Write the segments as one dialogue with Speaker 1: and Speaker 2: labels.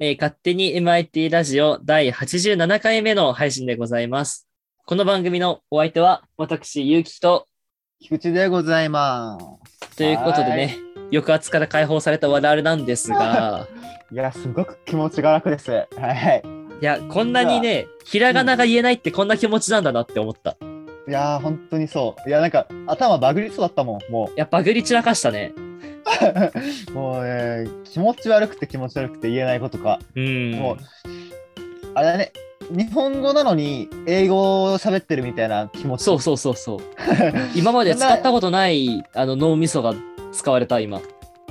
Speaker 1: えー勝手に MIT ラジオ第87回目の配信でございます。この番組のお相手は私、ゆうきと、
Speaker 2: 菊池でございます。
Speaker 1: ということでね、抑圧から解放された我々なんです が、
Speaker 2: いや、すごく気持ちが楽です。はい。
Speaker 1: いや、こんなにね、ひらがなが言えないってこんな気持ちなんだなって思った。い
Speaker 2: いやー、本当にそう。いや、なんか、頭バグりそうだったもん、も
Speaker 1: や、バグり散らかしたね。
Speaker 2: う。もう、ね、気持ち悪くて気持ち悪くて言えないことか。
Speaker 1: うん。
Speaker 2: もう、あれだね、日本語なのに英語を喋ってるみたいな気持ち。
Speaker 1: そうそうそう そう。今まで使ったことないあの脳みそが使われた今。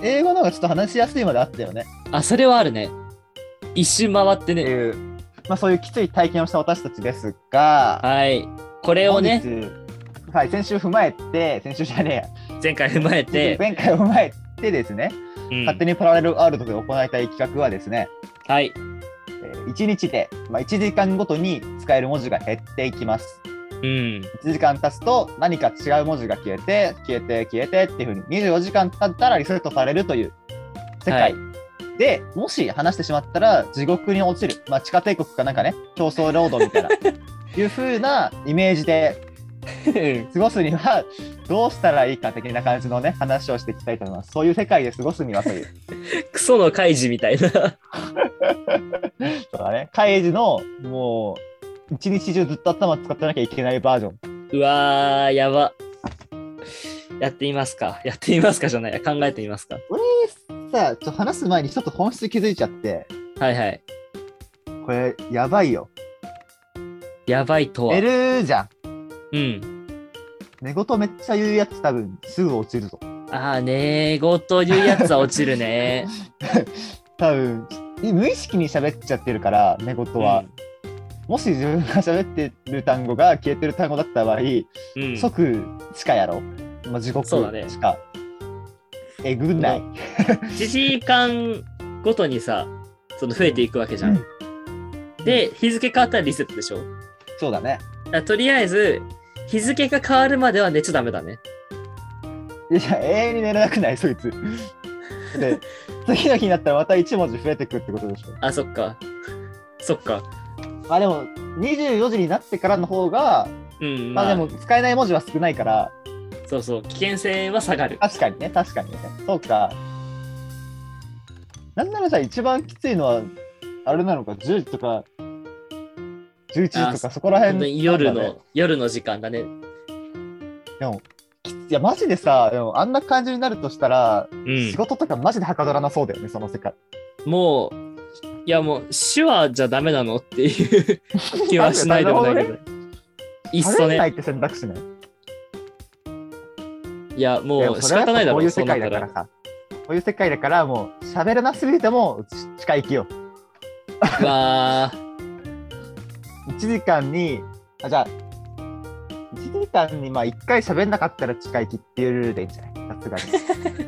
Speaker 2: 英語の方がちょっと話しやすいまであったよね。
Speaker 1: あ、それはあるね。一周回って
Speaker 2: って
Speaker 1: ね。
Speaker 2: いう、まあそういうきつい体験をした私たちですが、
Speaker 1: はい。これをね、
Speaker 2: 本日、はい、先週踏まえて、先週じゃね
Speaker 1: 前回踏まえ
Speaker 2: えや
Speaker 1: て、
Speaker 2: 前回を踏まえてですね、
Speaker 1: うん
Speaker 2: 勝手にパラレルワールドで行いたい企画はですね、
Speaker 1: はい。
Speaker 2: えー1日で、まあ、1時間ごとに使える文字が減っていきます。
Speaker 1: うん。
Speaker 2: 1時間経つと何か違う文字が消えて、消えて、消えてっていうふうに24時間経ったらリセットされるという世界。
Speaker 1: は
Speaker 2: で、もし話してしまったら地獄に落ちる。まあ、地下帝国かなんかね、競争労働みたいな。 いうふうなイメージで過ごすにはどうしたらいいか的な感じのね話をしていきたいと思います。そういう世界で過ごすにはという。
Speaker 1: クソの怪示みたいな。
Speaker 2: そうだね。カイジの、もう、一日中ずっと頭使ってなきゃいけないバージョン。
Speaker 1: うわー、やば。やってみますか。やってみますかじゃないや。考えてみますか。
Speaker 2: 俺、さ、ちょ話す前にちょっと本質気づいちゃって、
Speaker 1: はいはい。
Speaker 2: これ、やばいよ。
Speaker 1: やばいとは
Speaker 2: 寝。るじゃん。
Speaker 1: うん。
Speaker 2: 寝言めっちゃ言うやつ多分、すぐ落ちるぞ。
Speaker 1: ああねー、強盗いうやつは落ちる ね。
Speaker 2: 多分、無意識に喋っちゃってるから、寝言は。もし自分が喋ってる単語が消えてる単語だった場合、
Speaker 1: うん。うん
Speaker 2: 即、地下やろ。まあ、地獄、
Speaker 1: そうだね
Speaker 2: 地下。えぐんない。
Speaker 1: 1時間ごとにさ、その増えていくわけじゃん。で、日付変わったらリセットでしょだか
Speaker 2: そうだね。
Speaker 1: らとりあえず、日付が変わるまでは寝ちゃダメだね。
Speaker 2: いや、永遠に寝れなくないそいつ。で、 次の日になったらまた1文字増えてくってことでしょ。
Speaker 1: あ、そっか。そっか。
Speaker 2: まあでも、24時になってからの方が、
Speaker 1: うん。
Speaker 2: まあでも、使えない文字は少ないから、
Speaker 1: そうそう。危険性は下がる。
Speaker 2: 確かにね、確かにね。そうか。なんならさ、一番きついのは、あれなのか、10時とか、11時とか、
Speaker 1: あ
Speaker 2: そこら
Speaker 1: 本当
Speaker 2: 辺、
Speaker 1: に夜
Speaker 2: なんだね
Speaker 1: の、夜の時間だね。
Speaker 2: でも、きいや、マジでさ、でもあんな感じになるとしたら、
Speaker 1: うん
Speaker 2: 仕。事とかマジではかどらなそうだよね、その世界。
Speaker 1: もう、いやもう、手話じゃダメなのっていう気はしないでもないけど。いっそ
Speaker 2: 喋れない
Speaker 1: ね。
Speaker 2: って選択肢ね。
Speaker 1: いや、
Speaker 2: いや
Speaker 1: もう仕
Speaker 2: それは
Speaker 1: 方ないだ
Speaker 2: こ
Speaker 1: ろ、
Speaker 2: ういうう
Speaker 1: そ
Speaker 2: 世
Speaker 1: うなっ
Speaker 2: 界
Speaker 1: た
Speaker 2: だから
Speaker 1: ら。
Speaker 2: さ。こういう世界だから、もう、喋れなすぎても、ち近い生きよう。
Speaker 1: うわ
Speaker 2: 1時間に、あ、じゃあ、1時間に、まあ、1回喋んなかったら近い生きっていうルールでいいんじゃない さすがに。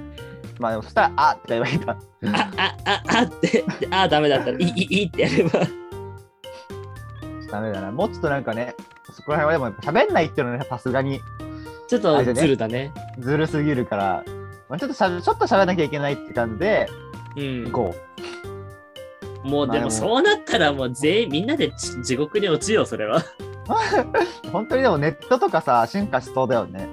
Speaker 2: まあ、でも、そしたら、あって言えばいいか。
Speaker 1: ー、あ、あ、あ、あって、あ、ダメだったら、いい、いいってやれば。
Speaker 2: ダメだな。もうちょっとなんかね、そこら辺はでも、喋んないっていうのはね、さすがに
Speaker 1: ちょっとずるだね。
Speaker 2: ずるすぎるから、まあ、ちょっとしゃべ、ちょっと喋んなきゃいけないって感じで、
Speaker 1: うん
Speaker 2: 行。こ
Speaker 1: もうでもそうなったらもう全員みんなでち地獄に落ちようそれは
Speaker 2: う。本当にでも、ネットとかさ、進化しそうだよね。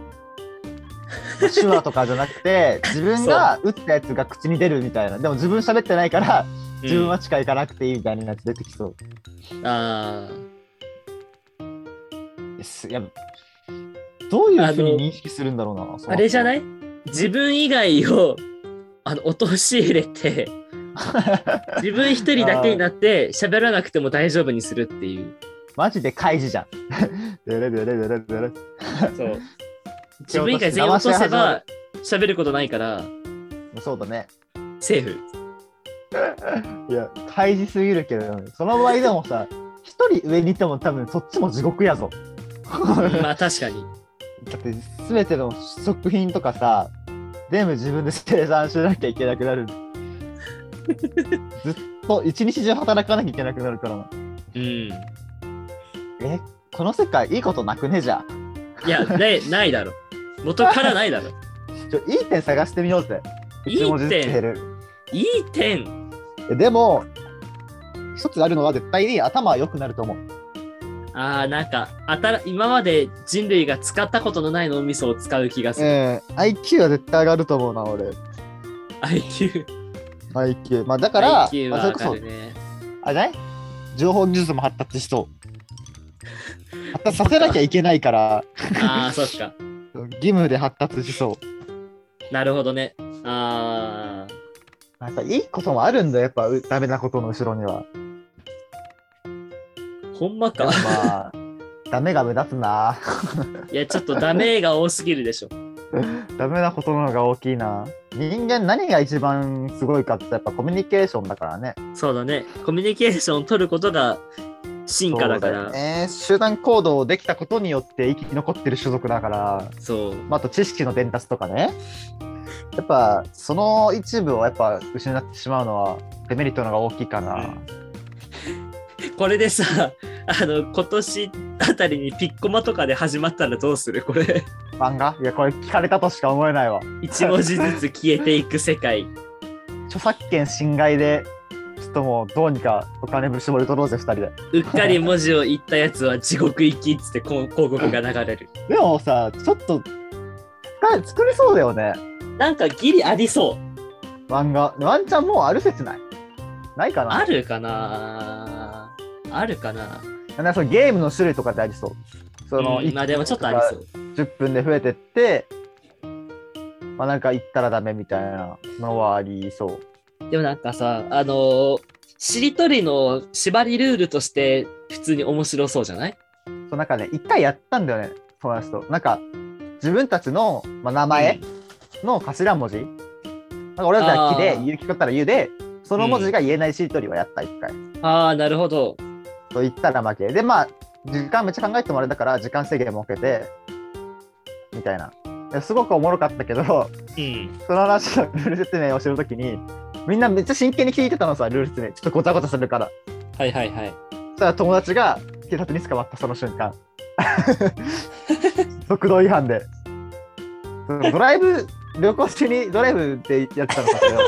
Speaker 2: 手話とかじゃな くて、自分が打ったやつが口に出るみたいな。でも、自分喋ってないから、自分は近いかなくていいみたいなやつ出てきそう。
Speaker 1: うんあー
Speaker 2: ですいやどういうふう
Speaker 1: あの
Speaker 2: に認識するんだろうな。その
Speaker 1: あれじゃないい自分以外をあの陥れ て自分一人だけになって喋らなくても大丈夫にするっていう
Speaker 2: マジで開示じゃん。でれでれでれでれ
Speaker 1: そう 自分以外全員落とせば喋ることないから
Speaker 2: そうだね。
Speaker 1: セーフ
Speaker 2: いや、開示すぎるけど、その場合でもさ、一人上にいても多分そっちも地獄やぞ。
Speaker 1: まあ確かに
Speaker 2: だって全ての食品とかさ、全部自分で生産しなきゃいけなくなる。ずっと一日中働かなきゃいけなくなるからな。
Speaker 1: うん
Speaker 2: え、この世界いいことなくねじゃあ。
Speaker 1: いやないないだろ元からない だろ
Speaker 2: ちょ、いい点探してみようぜ。
Speaker 1: いい
Speaker 2: 一文字ずつ減
Speaker 1: 点
Speaker 2: る
Speaker 1: いい点
Speaker 2: でも、一つあるのは絶対に頭は良くなると思う。
Speaker 1: ああ、なんか、あたら今まで人類が使ったことのない脳みそを使う気がす
Speaker 2: うん。
Speaker 1: る。
Speaker 2: IQ は絶対上がると思うな、俺。
Speaker 1: IQ。
Speaker 2: IQ。まあだから、
Speaker 1: IQ
Speaker 2: まあ、
Speaker 1: は上
Speaker 2: それこ
Speaker 1: が
Speaker 2: そ
Speaker 1: る、ね。
Speaker 2: あれじゃない情報技術も発達しそう。発達させなきゃいけないから、
Speaker 1: ああ、そっか。
Speaker 2: 義務で発達しそう。
Speaker 1: なるほどね。ああ。
Speaker 2: なんかいいこともあるんだよ、やっぱうダメなことの後ろには。
Speaker 1: ほんま
Speaker 2: や
Speaker 1: か
Speaker 2: っ。ぱ、ダメが目立つな。
Speaker 1: いや、ちょっとダメが多すぎるでしょ。
Speaker 2: ダメなことの方が大きいな。人間何が一番すごいかってやっぱコミュニケーションだからね。
Speaker 1: そうだね。コミュニケーションを取ることが進化だから。
Speaker 2: そうよね集団行動できたことによって生き残ってる種族だから、
Speaker 1: そう,、
Speaker 2: まあ、あと知識の伝達とかね。やっぱその一部をやっぱ失ってしまうのはデメリットの方が大きいかな。
Speaker 1: これでさ、あの、今年あたりにピッコマとかで始まったらどうするこれ。
Speaker 2: 漫画いやこれ聞かれたとしか思えないわ。
Speaker 1: 一文字ずつ消えていく世界。
Speaker 2: 著作権侵害でちょっともうどうにかお金ぶり絞り取ろうぜ2人で。
Speaker 1: うっかり文字を言ったやつは地獄行きっつってこう広告が流れる。
Speaker 2: でもさちょっと使い作れそうだよね。
Speaker 1: なんかギリありそう。
Speaker 2: 漫画ワンチャンもうある説ないないかな
Speaker 1: あるかなあるかな
Speaker 2: なんかそのゲームの種類とかってありそうその、
Speaker 1: うんまあでもちょっとありそう。
Speaker 2: 10分で増えてってまあなんか行ったらダメみたいなのはありそう
Speaker 1: でもなんかさ、あのーしりとりの縛りルールとして普通に面白そうじゃない
Speaker 2: そうなんかね一回やったんだよね友達となんか自分たちの、まあ、名前の頭文字、なんか俺だったら「き」
Speaker 1: あ
Speaker 2: で
Speaker 1: ー
Speaker 2: 「ゆうき」だったら「ゆ」でその文字が言えないしりとりはやった一回、
Speaker 1: ああ、なるほど。
Speaker 2: と言ったら負けでまあ時間めっちゃ考えてもあれだから時間制限設けてみたいないやすごくおもろかったけど
Speaker 1: うん。
Speaker 2: その話のルール説明をしてるときに、みんなめっちゃ真剣に聞いてたのさ、ルール説明。ちょっとごちゃごちゃするから。
Speaker 1: はいはいはい。
Speaker 2: そしたら友達が警察に捕まった、その瞬間。 速度違反で。そのドライブ、旅行中にドライブでやってたのさ、それを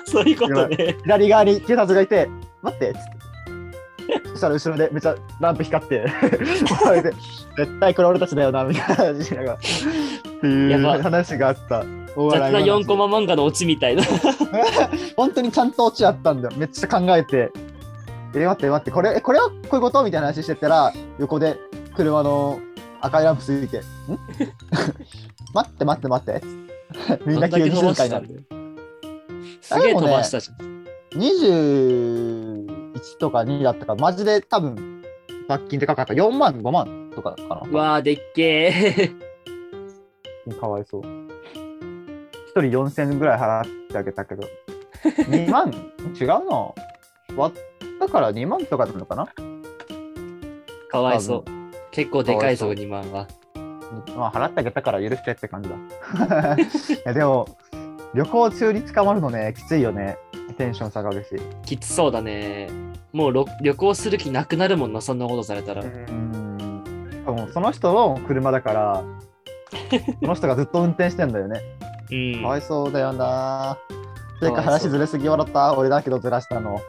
Speaker 1: そういうことね。
Speaker 2: 左側に警察がいて、待ってっつって。そしたら後ろでめっちゃランプ光って、追われて絶対これ俺たちだよな、みたいな話しながら。ってい
Speaker 1: や
Speaker 2: う
Speaker 1: ば
Speaker 2: 話があった。お
Speaker 1: 雑な
Speaker 2: 話
Speaker 1: 4コマ漫画のオチみたいな。
Speaker 2: 本当にちゃんと落ちあったんだよ。めっちゃ考えて。え、待って待って、これ、えこれはこういうことみたいな話してたら、横で車の赤いランプついて、ん 待って待って待って。 みんな急に静かになる。
Speaker 1: どんだけ飛ばしたんだよすげえ飛ばしたじゃん。
Speaker 2: 21とか2だったから、マジで多分、罰金でかかった。4万、5万とかかな。
Speaker 1: うわあ、でっけえ。
Speaker 2: かわいそう。一人4000ぐらい払ってあげたけど。2万 違うな。割ったから2万とかなのかな
Speaker 1: かわいそう。結構でかいぞ、
Speaker 2: かわい
Speaker 1: 2万は。
Speaker 2: まあ、払ってあげたから許してって感じだ。 いやでも、旅行中に捕まるのね、きついよね。テンション下がるし。
Speaker 1: きつそうだね。もうろ旅行する気なくなるもんな、そんなことされたら。
Speaker 2: うん。しかも、その人の車だから、その人がずっと運転してんだよね。
Speaker 1: うん。
Speaker 2: かわいそうだよな。ていうか、
Speaker 1: かわいそ
Speaker 2: 話
Speaker 1: う
Speaker 2: ずれすぎ笑った。俺だけどずらした の。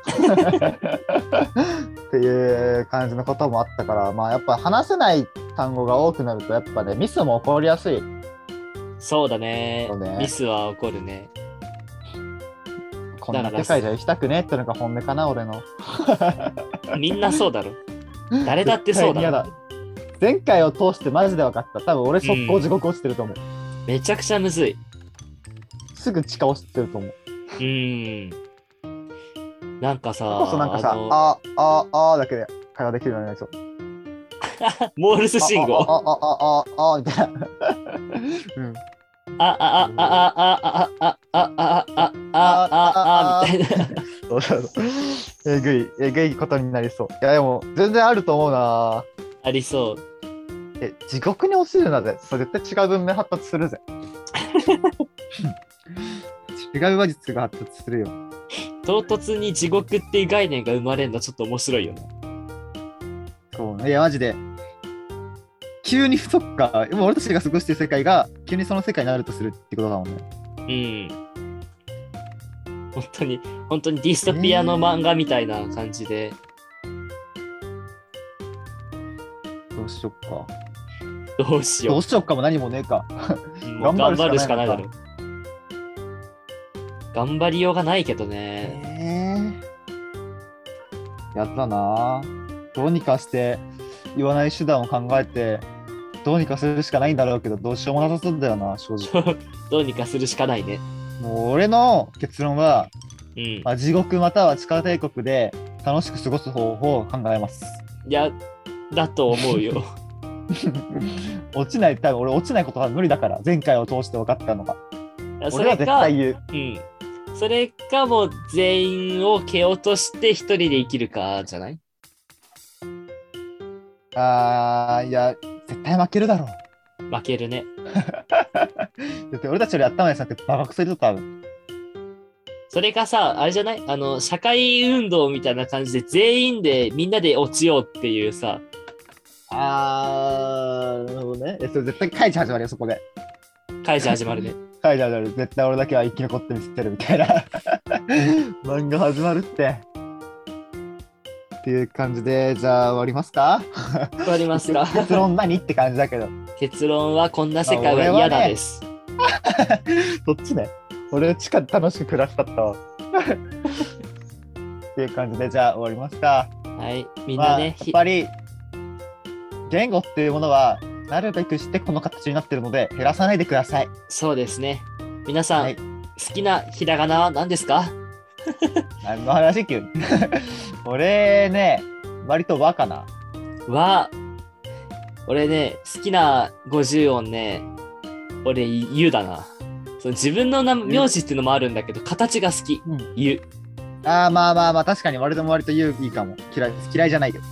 Speaker 2: っていう感じのこともあったから、まあ、やっぱ話せない単語が多くなると、やっぱね、ミスも起こりやすい。
Speaker 1: そうだね
Speaker 2: そうね
Speaker 1: ミスは起こるね。
Speaker 2: こんな世界じゃ行きたくねえってのが本音かな、俺の。
Speaker 1: みんなそうだろ。誰だってそうだろ
Speaker 2: 絶対嫌だ前回を通してマジで分かった多分俺速攻地獄落ちてると思う、
Speaker 1: めちゃくちゃむずい。
Speaker 2: すぐ地下落ちてると思う
Speaker 1: うん。なんかさ、
Speaker 2: こそなんかさ
Speaker 1: あの
Speaker 2: ああああだけで会話できるようになりそう
Speaker 1: モールス信号。あ
Speaker 2: あああああああみたいな うん
Speaker 1: ああああああああああああみたいな。
Speaker 2: そうそうそうえぐいえぐいことになりそういやでも全然あると思うな
Speaker 1: ありそう。
Speaker 2: え地獄に落ちるなぜそれ絶対違う文明発達す るぜ違う話術が発達するよ
Speaker 1: 唐突に地獄っていう概念が生まれるのちょっと面白いよね。
Speaker 2: そうね、いや、マジで。急に、そっか、もう俺たちが過ごしてる世界が、急にその世界になるとするってことだもんね。
Speaker 1: うん。本当に、本当にディストピアの漫画みたいな感じで、
Speaker 2: どうしよっか。
Speaker 1: どうし
Speaker 2: ど
Speaker 1: よ
Speaker 2: うしよっかも何もねえか。
Speaker 1: う。もう頑張
Speaker 2: 頑張
Speaker 1: る
Speaker 2: る
Speaker 1: し
Speaker 2: し
Speaker 1: かな
Speaker 2: かないい
Speaker 1: だ
Speaker 2: のか
Speaker 1: ろ。頑張りようがないけどね。
Speaker 2: えやだなどうにかして言わない手段を考えてどうにかするしかないんだろうけどどうしようもなさそうだよな正直
Speaker 1: どうにかするしかないね。
Speaker 2: もう俺の結論は、
Speaker 1: うん。い
Speaker 2: まあ、地獄または地下帝国で楽しく過ごす方法を考えます
Speaker 1: や、だと思うよ。
Speaker 2: 落ちない多分俺落ちないことは無理だから前回を通して分かったのが
Speaker 1: いやそ
Speaker 2: 俺は
Speaker 1: れ
Speaker 2: 絶
Speaker 1: か
Speaker 2: 対、言う
Speaker 1: うん。それかもう全員を蹴落として一人で生きるかじゃない
Speaker 2: あーいや絶対負けるだろう
Speaker 1: 負けるね。
Speaker 2: だって俺たちより頭にさってバカくせると多分
Speaker 1: それかさ、あれじゃないあの、社会運動みたいな感じで全員でみんなで落ちようっていうさ、
Speaker 2: あーなるほどねえそれ絶対開示始まるよそこで
Speaker 1: 会社始まる ね。
Speaker 2: はい、じゃあ、じゃあ絶対俺だけは生き残ってみせてるみたいな。 漫画始まるって。っていう感じで、じゃあ終わりますか
Speaker 1: 終わります か
Speaker 2: 結論何って感じだけど。
Speaker 1: 結論はこんな世界は嫌だです。
Speaker 2: どっちね。俺、地下で楽しく暮らしたった わ。っていう感じで、じゃあ終わりますか。
Speaker 1: はい。みんな
Speaker 2: まあや
Speaker 1: ね
Speaker 2: っ、
Speaker 1: ひ
Speaker 2: ぱり、言語っていうものは、なるべくしてこの形になってるので、減らさないでください。
Speaker 1: そうですね。皆さん、
Speaker 2: はい
Speaker 1: 好きなひらがなは何ですか
Speaker 2: 何の話急に。 俺ね、割と和かな。
Speaker 1: は、俺ね、好きな50音ね、俺、ゆだな。その自分の名名字っていうのもあるんだけど、形が好き。
Speaker 2: うん
Speaker 1: ゆ。
Speaker 2: ああ、まあまあまあ、確かに割とも割と言ういいかも。嫌い、嫌いじゃないけど。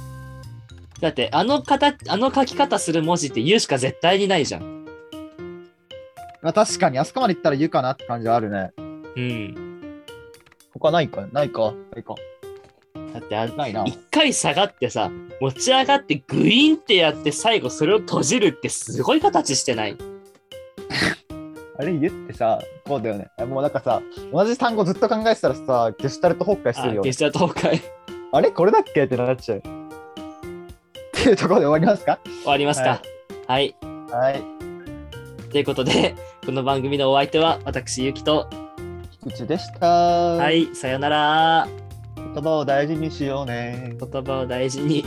Speaker 1: だって、あの形、あの書き方する文字ってゆしか絶対にないじゃん。
Speaker 2: まあ確かに、あそこまで行ったら言うかなって感じはあるね。
Speaker 1: うん。
Speaker 2: 他ないかないか。ないか。
Speaker 1: だってあ、
Speaker 2: ないな。
Speaker 1: 一回下がってさ、持ち上がってグイーンってやって、最後それを閉じるってすごい形してない。
Speaker 2: あれ言ってさ、こうだよね。もうなんかさ、同じ単語ずっと考えてたらさ、ゲシュタルト崩壊す
Speaker 1: あ
Speaker 2: るよ、
Speaker 1: 消
Speaker 2: ね
Speaker 1: し。ちゃった崩壊。終
Speaker 2: あれこれだっけってなっちゃう。っていうところで終わりますか
Speaker 1: わりますか。はい
Speaker 2: はい。
Speaker 1: ということで、この番組のお相手は私、ゆきと、
Speaker 2: うちでした。
Speaker 1: は
Speaker 2: はい。
Speaker 1: い、さよなら。
Speaker 2: 言葉を大事にしようね。
Speaker 1: 言葉を大事に。